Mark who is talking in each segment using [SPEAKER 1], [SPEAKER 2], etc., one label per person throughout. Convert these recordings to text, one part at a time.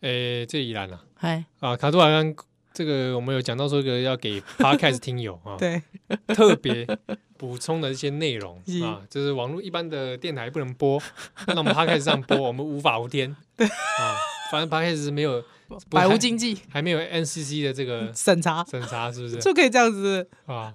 [SPEAKER 1] 诶、这宜兰啊，
[SPEAKER 2] 嗨，
[SPEAKER 1] 啊，卡杜瓦刚这个我们有讲到说，一个要给 podcast 听友啊，
[SPEAKER 2] 对，
[SPEAKER 1] 特别补充的一些内容
[SPEAKER 2] 是
[SPEAKER 1] 啊，就是网络一般的电台不能播，那我们 podcast 上播，我们无法无天。对啊，反正 podcast 是没有不
[SPEAKER 2] 百
[SPEAKER 1] 太
[SPEAKER 2] 无禁忌，
[SPEAKER 1] 还没有 NCC 的这个
[SPEAKER 2] 审查
[SPEAKER 1] 审查，是不是
[SPEAKER 2] 就可以这样子。
[SPEAKER 1] 啊？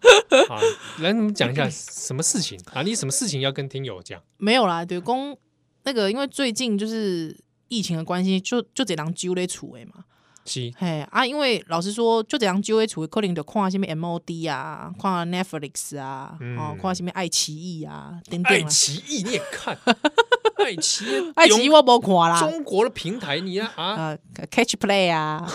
[SPEAKER 1] 啊，来你们讲一下什么事情啊？你什么事情要跟听友讲？
[SPEAKER 2] 没有啦，对公那个，因为最近就是疫情的关系，就就这人酒咧厝诶嘛。
[SPEAKER 1] 是
[SPEAKER 2] 嘿啊，因为老实说，就这样就会处可能就看什么 MOD 啊，看 Netflix 啊，
[SPEAKER 1] 嗯
[SPEAKER 2] 哦，看什么爱奇艺啊，等等
[SPEAKER 1] 爱
[SPEAKER 2] 啊。
[SPEAKER 1] 奇艺你也 看，爱奇艺，
[SPEAKER 2] 爱奇艺我无看啦，
[SPEAKER 1] 中国的平台，你啊啊
[SPEAKER 2] 呃，Catch Play 啊，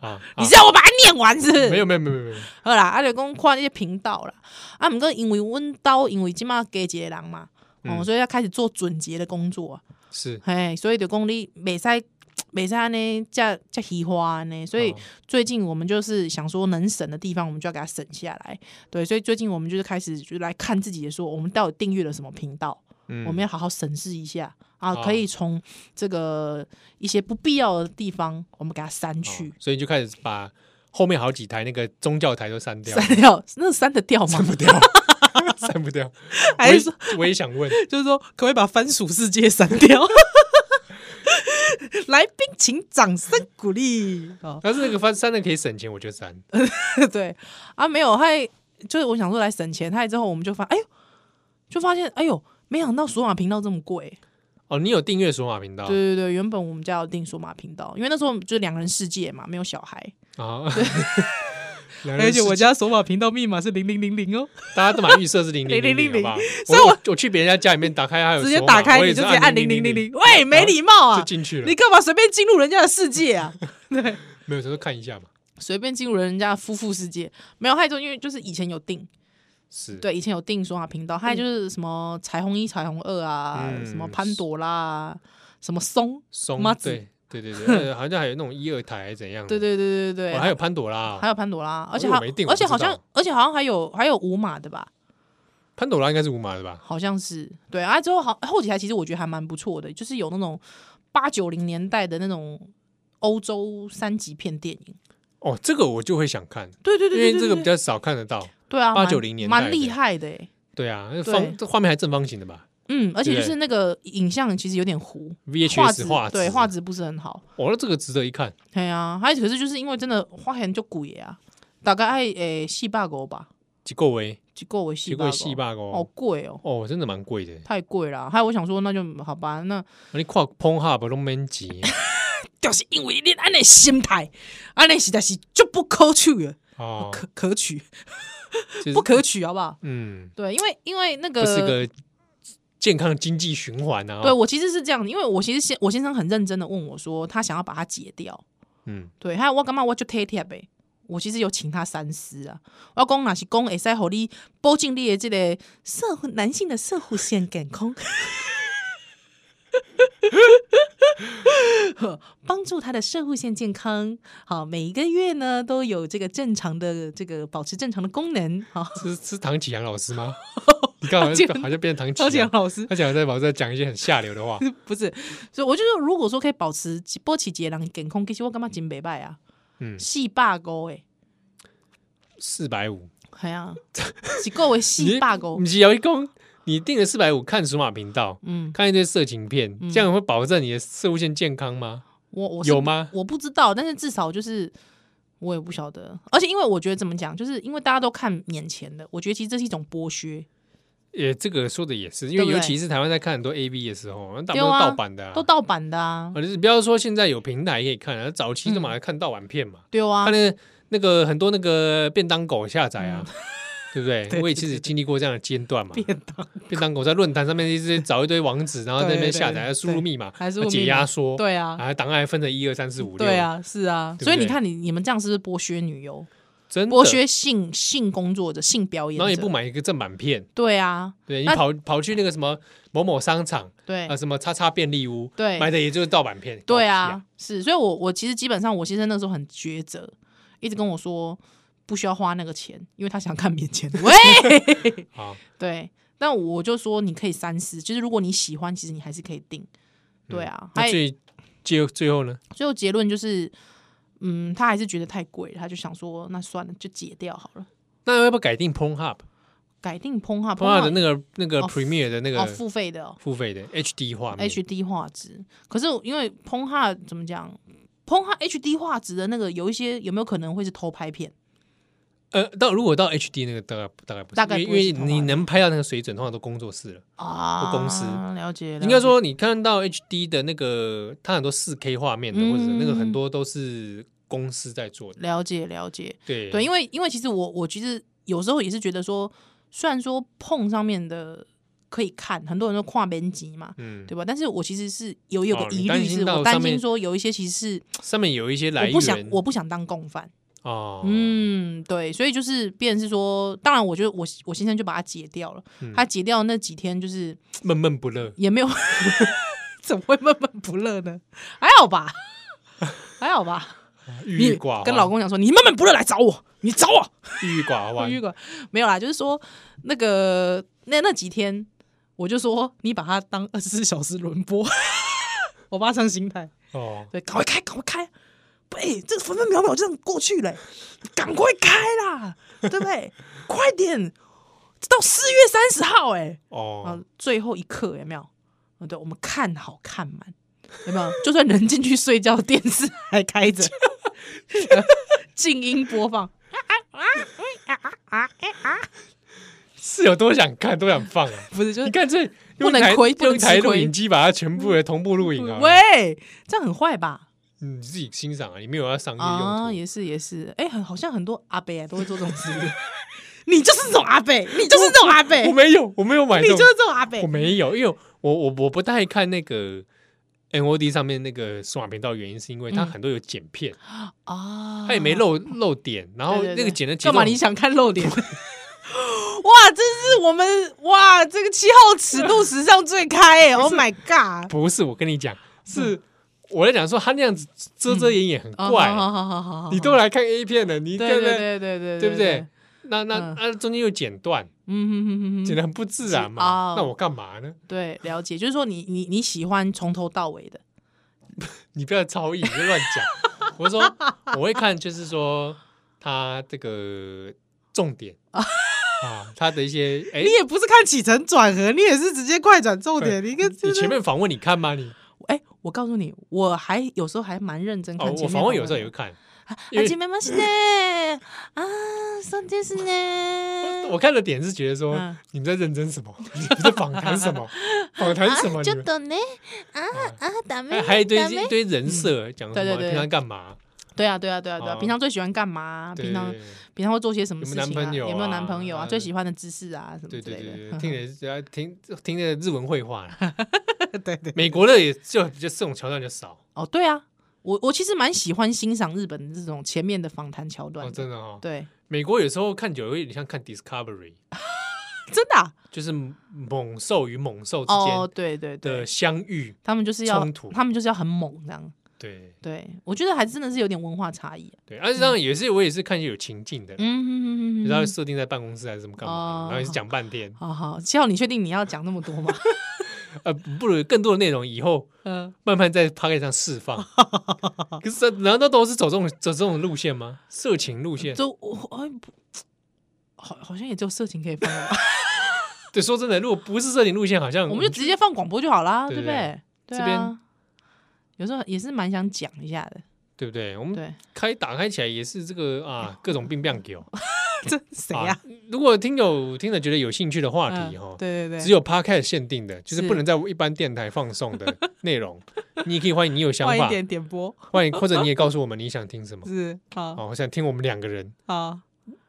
[SPEAKER 1] 啊！
[SPEAKER 2] 你是要我把它念完是不 是？
[SPEAKER 1] 没有没有没有没有，
[SPEAKER 2] 好啦，啊，就讲看那些频道啦。啊，毋过因为阮兜因为即马加一个人嘛，哦，
[SPEAKER 1] 嗯
[SPEAKER 2] 所以要开始做准节的工作啊。
[SPEAKER 1] 是，
[SPEAKER 2] 嘿，所以就讲你袂使袂使安尼，遮遮喜欢安尼，所以
[SPEAKER 1] 哦
[SPEAKER 2] 最近我们就是想说，能省的地方我们就要给它省下来。对，所以最近我们就是开始就来看自己的说，我们到底订阅了什么频道，
[SPEAKER 1] 嗯
[SPEAKER 2] 我们要好好审视一下啊，
[SPEAKER 1] 哦
[SPEAKER 2] 可以从这个一些不必要的地方，我们给它删去
[SPEAKER 1] 哦，所以你就开始把后面好几台那个宗教台都删掉，
[SPEAKER 2] 删掉，那删得掉吗
[SPEAKER 1] 删？不掉， 删不掉。
[SPEAKER 2] 还是说
[SPEAKER 1] 我也我也想问，
[SPEAKER 2] 就是说，可不可以把番薯世界删掉？来宾，请掌声鼓励哦。
[SPEAKER 1] 但是那个翻删的可以省钱，我就删。
[SPEAKER 2] 对啊，没有，害就是我想说来省钱，害之后我们就发，哎呦，就发现，哎呦，没想到索马频道这么贵。
[SPEAKER 1] 哦，你有订阅索马频道
[SPEAKER 2] 对对对，原本我们家有订索马频道，因为那时候就是两人世界嘛，没有小孩，
[SPEAKER 1] 啊？两人
[SPEAKER 2] 而且我
[SPEAKER 1] 世
[SPEAKER 2] 家索马频道密码是零零零零哦，
[SPEAKER 1] 大家都买预设是零零零
[SPEAKER 2] 0000
[SPEAKER 1] 零，好不好？
[SPEAKER 2] 所以
[SPEAKER 1] 我我去别人家家里面打开，还有
[SPEAKER 2] 直接
[SPEAKER 1] 索马
[SPEAKER 2] 打开
[SPEAKER 1] 我
[SPEAKER 2] 你
[SPEAKER 1] 也
[SPEAKER 2] 就是直接按零
[SPEAKER 1] 零
[SPEAKER 2] 零零
[SPEAKER 1] 零
[SPEAKER 2] 零，喂，没礼貌
[SPEAKER 1] 就
[SPEAKER 2] 啊！
[SPEAKER 1] 进去了
[SPEAKER 2] 你。干嘛随便进入人家的世界啊？对，
[SPEAKER 1] 没有，他说看一下嘛，
[SPEAKER 2] 随便进入人家的夫妇世界，没有害就因为就是以前有订，
[SPEAKER 1] 是，
[SPEAKER 2] 对，以前有订索马频道，还有就是什么彩虹一、彩虹二啊，
[SPEAKER 1] 嗯
[SPEAKER 2] 什么潘朵拉啊，什么松，
[SPEAKER 1] 松
[SPEAKER 2] 妈，子
[SPEAKER 1] 对对对对，呃好像还有那种一二台还是怎样？
[SPEAKER 2] 对，对对对对
[SPEAKER 1] 我还有潘朵拉
[SPEAKER 2] 还
[SPEAKER 1] 哦，
[SPEAKER 2] 有潘朵拉，而且
[SPEAKER 1] 我
[SPEAKER 2] 好
[SPEAKER 1] 没订，我
[SPEAKER 2] 而且
[SPEAKER 1] 不知
[SPEAKER 2] 好像
[SPEAKER 1] 道，
[SPEAKER 2] 而且好像还有还有五码的吧，
[SPEAKER 1] 潘朵拉应该是无码的吧？
[SPEAKER 2] 好像是对啊。之后好后几台其实我觉得还蛮不错的，就是有那种八九零年代的那种欧洲三级片电影。
[SPEAKER 1] 哦，这个我就会想看，
[SPEAKER 2] 对对
[SPEAKER 1] 因
[SPEAKER 2] 对对
[SPEAKER 1] 为
[SPEAKER 2] 对，
[SPEAKER 1] 这个比
[SPEAKER 2] 对
[SPEAKER 1] 较少看得到。
[SPEAKER 2] 对啊，蛮
[SPEAKER 1] 890年代
[SPEAKER 2] 蛮
[SPEAKER 1] 的
[SPEAKER 2] 厉害的欸。
[SPEAKER 1] 对啊，那方这画面还正方形的吧
[SPEAKER 2] 嗯，而且
[SPEAKER 1] 对
[SPEAKER 2] 就是那个影像其实有点糊，画质
[SPEAKER 1] ？VHS 画质，
[SPEAKER 2] 对画，质不是很好。
[SPEAKER 1] 哦，那这个值得一看。
[SPEAKER 2] 对啊，还有可是就是因为真的花钱就贵啊，大概诶四百五吧，
[SPEAKER 1] 几够维，
[SPEAKER 2] 一个为四
[SPEAKER 1] 几
[SPEAKER 2] 百
[SPEAKER 1] 够
[SPEAKER 2] 五，
[SPEAKER 1] 戏吧
[SPEAKER 2] 好
[SPEAKER 1] 哦，
[SPEAKER 2] 贵哦，
[SPEAKER 1] 哦，真的蛮贵的。
[SPEAKER 2] 太贵了。还有我想说，那就好吧，那
[SPEAKER 1] 啊你跨 p o n h u b 都免钱
[SPEAKER 2] 就是因为恁安尼心态，安尼实在是就不可取了，
[SPEAKER 1] 哦，
[SPEAKER 2] 可可取
[SPEAKER 1] 就是
[SPEAKER 2] 不，可取，好不好？
[SPEAKER 1] 嗯，
[SPEAKER 2] 对，因为因为那
[SPEAKER 1] 不
[SPEAKER 2] 个，
[SPEAKER 1] 是个健康经济循环啊。
[SPEAKER 2] 对，我其实是这样的，因为我其实先我先生很认真的问我说，他想要把它解掉，
[SPEAKER 1] 嗯，
[SPEAKER 2] 对，还有我感觉我就贴贴呗。我其实有请他三思啊，我讲若是讲会使互你保证你的这个社会男性的射护腺健康，帮助他的射护腺健康。好，每一个月呢都有这个正常的这个保持正常的功能。好，
[SPEAKER 1] 是是唐启阳老师 吗？你刚好
[SPEAKER 2] 唐启
[SPEAKER 1] 像
[SPEAKER 2] 阳
[SPEAKER 1] 好像变成唐
[SPEAKER 2] 而
[SPEAKER 1] 启
[SPEAKER 2] 且
[SPEAKER 1] 阳，
[SPEAKER 2] 老师
[SPEAKER 1] 他讲在老在讲一些很下流的话。
[SPEAKER 2] 不是，所以我就说，如果说可以保持保持一个人健康，其实我感觉真袂歹啊，
[SPEAKER 1] 嗯，
[SPEAKER 2] 四百五诶，
[SPEAKER 1] 四百五，
[SPEAKER 2] 系啊，一个月四百五
[SPEAKER 1] 你，不是有一公，你定了四百五看数码频道，
[SPEAKER 2] 嗯。
[SPEAKER 1] 看一堆色情片，这样会保证你的射物线健康吗？
[SPEAKER 2] 我我是
[SPEAKER 1] 有
[SPEAKER 2] 不
[SPEAKER 1] 吗？
[SPEAKER 2] 我不知道，但是至少就是我也不晓得，而且因为我觉得怎么讲，就是因为大家都看眼前的，我觉得其实这是一种剥削，
[SPEAKER 1] 也这个说的也是，因
[SPEAKER 2] 对
[SPEAKER 1] 为
[SPEAKER 2] 不对
[SPEAKER 1] 尤其是台湾在看很多 A V 的时候，大部分
[SPEAKER 2] 对
[SPEAKER 1] 都
[SPEAKER 2] 啊
[SPEAKER 1] 盗版的、啊
[SPEAKER 2] 都。盗版的啊，
[SPEAKER 1] 啊，就是不要说现在有平台可以看啊，早期干嘛看盗版片嘛？
[SPEAKER 2] 对嗯啊
[SPEAKER 1] 看，那那个很多那个便当狗下载啊， 对不对？
[SPEAKER 2] 嗯 对
[SPEAKER 1] 我也其实经历过这样的阶段嘛。
[SPEAKER 2] 便当
[SPEAKER 1] 便当狗在论坛上面一直找一堆网址，然后在那
[SPEAKER 2] 对
[SPEAKER 1] 边下载，
[SPEAKER 2] 对
[SPEAKER 1] 还输入密码，
[SPEAKER 2] 还是我
[SPEAKER 1] 解
[SPEAKER 2] 密
[SPEAKER 1] 压
[SPEAKER 2] 码
[SPEAKER 1] 缩，
[SPEAKER 2] 对啊，
[SPEAKER 1] 啊，档案还分成一二三四五六，
[SPEAKER 2] 对，啊，是啊，
[SPEAKER 1] 对不
[SPEAKER 2] 所以你
[SPEAKER 1] 对
[SPEAKER 2] 看你你们这样是不是剥削女优，
[SPEAKER 1] 真的
[SPEAKER 2] 剥削性性工作者、性表演
[SPEAKER 1] 然后你不
[SPEAKER 2] 者？
[SPEAKER 1] 买一个正版片，
[SPEAKER 2] 对啊，
[SPEAKER 1] 对你
[SPEAKER 2] 那
[SPEAKER 1] 跑跑去那个什么某某商场
[SPEAKER 2] 对
[SPEAKER 1] 啊，什么叉叉便利屋，
[SPEAKER 2] 对
[SPEAKER 1] 买的也就是盗版片。
[SPEAKER 2] 对
[SPEAKER 1] 搞屁，
[SPEAKER 2] 啊，是，所以我我其实基本上我先生那时候很抉择，一直跟我说不需要花那个钱，因为他想看免钱 的。喂，
[SPEAKER 1] 好，
[SPEAKER 2] 对，但我就说你可以三思，就是如果你喜欢，其实你还是可以定。对啊，
[SPEAKER 1] 嗯那
[SPEAKER 2] 还
[SPEAKER 1] 最最最后呢，
[SPEAKER 2] 最后结论就是，嗯，他还是觉得太贵了，他就想说，那算了，就解掉好了，
[SPEAKER 1] 那要不要改定 Pornhub？Pornhub
[SPEAKER 2] 改定 p o n h u
[SPEAKER 1] 的那个那个
[SPEAKER 2] 哦
[SPEAKER 1] Premiere 的那个
[SPEAKER 2] 哦付费的、哦、
[SPEAKER 1] 付费的 HD 画面
[SPEAKER 2] HD 画质。可是因为 p o n h u 怎么讲 p o n h u HD 画质的那个有一些有没有可能会是偷拍片？
[SPEAKER 1] 呃，到如果到 HD 那个大概大概不是，
[SPEAKER 2] 大概
[SPEAKER 1] 因
[SPEAKER 2] 不会
[SPEAKER 1] 为
[SPEAKER 2] 是
[SPEAKER 1] 因
[SPEAKER 2] 同
[SPEAKER 1] 为你
[SPEAKER 2] 行
[SPEAKER 1] 能拍到那个水准，通常都工作室了。
[SPEAKER 2] 啊，
[SPEAKER 1] 或公司
[SPEAKER 2] 了解，了
[SPEAKER 1] 应该
[SPEAKER 2] 解
[SPEAKER 1] 说，你看到 HD 的那个，它很多四 K 画面的，
[SPEAKER 2] 嗯
[SPEAKER 1] 或者那个很多都是公司在做的。
[SPEAKER 2] 了解了解，
[SPEAKER 1] 对
[SPEAKER 2] 对，因
[SPEAKER 1] 为
[SPEAKER 2] 为因为其实我我其实有时候也是觉得说，虽然说碰上面的可以看，很多人都跨边集嘛，
[SPEAKER 1] 嗯，
[SPEAKER 2] 对吧？但是我其实是有有
[SPEAKER 1] 哦
[SPEAKER 2] 个
[SPEAKER 1] 你
[SPEAKER 2] 疑
[SPEAKER 1] 担
[SPEAKER 2] 虑，
[SPEAKER 1] 心
[SPEAKER 2] 是
[SPEAKER 1] 到
[SPEAKER 2] 我担
[SPEAKER 1] 上面
[SPEAKER 2] 心说有一些其实是
[SPEAKER 1] 上面有一些来
[SPEAKER 2] 我
[SPEAKER 1] 源，
[SPEAKER 2] 不想我不想当共犯，
[SPEAKER 1] 哦，
[SPEAKER 2] 嗯，对，所以就是变成是说，当然我就我我先生就把它解掉了，
[SPEAKER 1] 嗯
[SPEAKER 2] 他解掉那几天就是
[SPEAKER 1] 闷闷不乐，
[SPEAKER 2] 也没有， 怎么会闷闷不乐呢？还好吧，还好吧。
[SPEAKER 1] 郁
[SPEAKER 2] 嗯你
[SPEAKER 1] 郁寡欢，
[SPEAKER 2] 跟老公讲说，你闷闷不乐来找我，你找我。
[SPEAKER 1] 郁郁寡欢
[SPEAKER 2] 郁，寡没有啦，就是说那个那那几天，我就说你把它当二十四小时轮播， 我爸上心态，
[SPEAKER 1] 哦，
[SPEAKER 2] 对，赶快开，赶快开。哎、这分分秒秒就这样过去了、赶快开啦，对不对？快点，到四月三十号、哎，啊
[SPEAKER 1] 哦，，
[SPEAKER 2] 最后一刻有没有？嗯对，我们看好看满，有没有？ 就算人进去睡觉，电视还 开着，静音播放。
[SPEAKER 1] 是有多想看，多想放 啊！
[SPEAKER 2] 不是，就
[SPEAKER 1] 你
[SPEAKER 2] 是
[SPEAKER 1] 看这
[SPEAKER 2] 不
[SPEAKER 1] 用
[SPEAKER 2] 能
[SPEAKER 1] 台
[SPEAKER 2] 亏不能
[SPEAKER 1] 用台
[SPEAKER 2] 吃
[SPEAKER 1] 录
[SPEAKER 2] 亏嗯
[SPEAKER 1] 影机把它全部的同步录影啊，
[SPEAKER 2] 喂，这样很坏吧？
[SPEAKER 1] 你自己欣赏啊，你没有要商业
[SPEAKER 2] 啊，
[SPEAKER 1] 用途，
[SPEAKER 2] 也是也是，哎、很好像很多阿伯啊都会做这种事。 你就是这种阿伯，你就是这种阿伯，
[SPEAKER 1] 我没有，我没有买
[SPEAKER 2] 你
[SPEAKER 1] 这
[SPEAKER 2] 就
[SPEAKER 1] 种，
[SPEAKER 2] 是这种阿伯
[SPEAKER 1] 我。没有，因为我我我不太看那个 NOD 上面那个数码频道，原因是因为它
[SPEAKER 2] 嗯
[SPEAKER 1] 很多有剪片，
[SPEAKER 2] 啊，
[SPEAKER 1] 它也没露露点，然后
[SPEAKER 2] 对对
[SPEAKER 1] 那个剪的节
[SPEAKER 2] 干
[SPEAKER 1] 奏
[SPEAKER 2] 嘛？你想看露脸？ 哇，这是我们哇，这个七号尺度史上 最开哎、o h my god！
[SPEAKER 1] 不是我跟你
[SPEAKER 2] 嗯
[SPEAKER 1] 讲，是我在讲说他那样子遮遮掩掩很怪，
[SPEAKER 2] 哦好好好好好，
[SPEAKER 1] 你都来看 A 片 了，你
[SPEAKER 2] 对
[SPEAKER 1] 不
[SPEAKER 2] 对对对对，
[SPEAKER 1] 对不对？？那那
[SPEAKER 2] 嗯
[SPEAKER 1] 那中间又剪断，
[SPEAKER 2] 嗯哼哼哼
[SPEAKER 1] 剪
[SPEAKER 2] 哼，
[SPEAKER 1] 的很不自然嘛
[SPEAKER 2] 哦，
[SPEAKER 1] 那我干嘛呢？
[SPEAKER 2] 对，了解，就是说你你你喜欢从头到尾的，
[SPEAKER 1] 你不要超意，你就乱讲。 我说我会看，就是说他这个重 点啊，他的一些哎
[SPEAKER 2] 你，也不是看起承转合，你也是直接快转重点，你跟
[SPEAKER 1] 你前面访问你看吗？你
[SPEAKER 2] 哎，我告诉你，我还有时候还蛮认真看
[SPEAKER 1] 哦
[SPEAKER 2] 前，面
[SPEAKER 1] 我访问有时候也会看，
[SPEAKER 2] 啊，
[SPEAKER 1] 因为
[SPEAKER 2] 前面嘛是呢，啊，上电视 呢，
[SPEAKER 1] 我看的点是觉得说
[SPEAKER 2] 嗯
[SPEAKER 1] 你们在认真什么， 你们在访谈什 么，访谈什么，
[SPEAKER 2] 啊、
[SPEAKER 1] 你
[SPEAKER 2] 就
[SPEAKER 1] 们
[SPEAKER 2] 等呢，啊啊，打妹
[SPEAKER 1] 哎，还有一堆
[SPEAKER 2] 打妹
[SPEAKER 1] 一堆人设讲什
[SPEAKER 2] 对嗯对
[SPEAKER 1] 么，
[SPEAKER 2] 对
[SPEAKER 1] 平常干嘛？
[SPEAKER 2] 对啊，对啊，对啊，对啊，
[SPEAKER 1] 哦
[SPEAKER 2] 平常最喜欢干嘛？
[SPEAKER 1] 对
[SPEAKER 2] 啊平常
[SPEAKER 1] 对
[SPEAKER 2] 平常会做些什么
[SPEAKER 1] 有
[SPEAKER 2] 事
[SPEAKER 1] 没有
[SPEAKER 2] 情
[SPEAKER 1] 男
[SPEAKER 2] 啊？
[SPEAKER 1] 朋友啊
[SPEAKER 2] 有没有男朋友
[SPEAKER 1] 啊
[SPEAKER 2] 啊？最喜欢的姿势啊，什么
[SPEAKER 1] 对
[SPEAKER 2] 之
[SPEAKER 1] 对
[SPEAKER 2] 类
[SPEAKER 1] 对
[SPEAKER 2] 的
[SPEAKER 1] 对，。听着只要听 听着日文绘画啦，
[SPEAKER 2] 对对
[SPEAKER 1] 美国的也就就这种桥段就少
[SPEAKER 2] 哦，对啊，我我其实蛮喜欢欣赏日本的这种前面的访谈桥段
[SPEAKER 1] 哦，
[SPEAKER 2] 的。
[SPEAKER 1] 真的哦。
[SPEAKER 2] 对，
[SPEAKER 1] 美国有时候看久了有点像看 Discovery，
[SPEAKER 2] 真的啊
[SPEAKER 1] 就是猛兽与猛兽之
[SPEAKER 2] 哦，
[SPEAKER 1] 间
[SPEAKER 2] 对对
[SPEAKER 1] 的
[SPEAKER 2] 对，
[SPEAKER 1] 相遇。
[SPEAKER 2] 他们就是要
[SPEAKER 1] 冲突
[SPEAKER 2] 他们就是要很猛这样。
[SPEAKER 1] 对
[SPEAKER 2] 对，我觉得还真的是有点文化差异啊。
[SPEAKER 1] 对，而且当然也是我也是看有情境的，
[SPEAKER 2] 嗯，嗯嗯嗯
[SPEAKER 1] 然后
[SPEAKER 2] 嗯
[SPEAKER 1] 设定在办公室还是什么干嘛
[SPEAKER 2] 哦
[SPEAKER 1] 的，然后也是讲半天。
[SPEAKER 2] 好好，七号，你确定你要讲那么多 吗？
[SPEAKER 1] 呃，不如更多的内容以后
[SPEAKER 2] 嗯，
[SPEAKER 1] 慢慢在 p o c k e t 上释放。 可是难道都是走这种走这种路线吗？色情路线？
[SPEAKER 2] 就我哎不，好好像也只有色情可以放了吧。
[SPEAKER 1] 对，说真的，如果不是色情路线，好像
[SPEAKER 2] 我们就直接放广播就好啦，
[SPEAKER 1] 对
[SPEAKER 2] 对不对？对
[SPEAKER 1] 这边
[SPEAKER 2] 啊，有时候也是蛮想讲一下的。
[SPEAKER 1] 对不对？我们
[SPEAKER 2] 对，
[SPEAKER 1] 开打开起来也是这个
[SPEAKER 2] 哎
[SPEAKER 1] 啊，各种病病狗。
[SPEAKER 2] 这谁
[SPEAKER 1] 啊？如果听友听了觉得有兴趣的话题哦哈，
[SPEAKER 2] 嗯对对对，
[SPEAKER 1] 只有 Podcast 限定的，就是
[SPEAKER 2] 是
[SPEAKER 1] 不能在一般电台放送的内容。 你也可以欢迎你有想
[SPEAKER 2] 换一
[SPEAKER 1] 法，
[SPEAKER 2] 点点播
[SPEAKER 1] 欢迎或者你也告诉我们你想听什么。
[SPEAKER 2] 是好
[SPEAKER 1] 哦，我想听我们两个人
[SPEAKER 2] 好。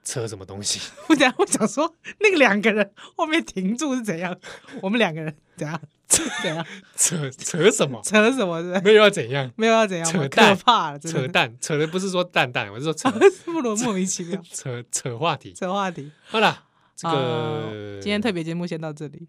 [SPEAKER 1] 扯什么东 西。
[SPEAKER 2] 我等下我想说，那个两个人后面停住是怎样？我们两个人怎样？ 怎样？
[SPEAKER 1] 扯扯什么
[SPEAKER 2] 扯什么？是不是
[SPEAKER 1] 没有要怎样？
[SPEAKER 2] 没有要怎样吗？
[SPEAKER 1] 扯
[SPEAKER 2] 可
[SPEAKER 1] 淡
[SPEAKER 2] 怕了，真
[SPEAKER 1] 扯
[SPEAKER 2] 的
[SPEAKER 1] 淡，扯的不是说蛋蛋，我是说 扯
[SPEAKER 2] 不如 莫名其妙
[SPEAKER 1] 扯扯话题。
[SPEAKER 2] 扯话题。
[SPEAKER 1] 好啦，这
[SPEAKER 2] 好
[SPEAKER 1] 个
[SPEAKER 2] 呃今天特别节目先到这里，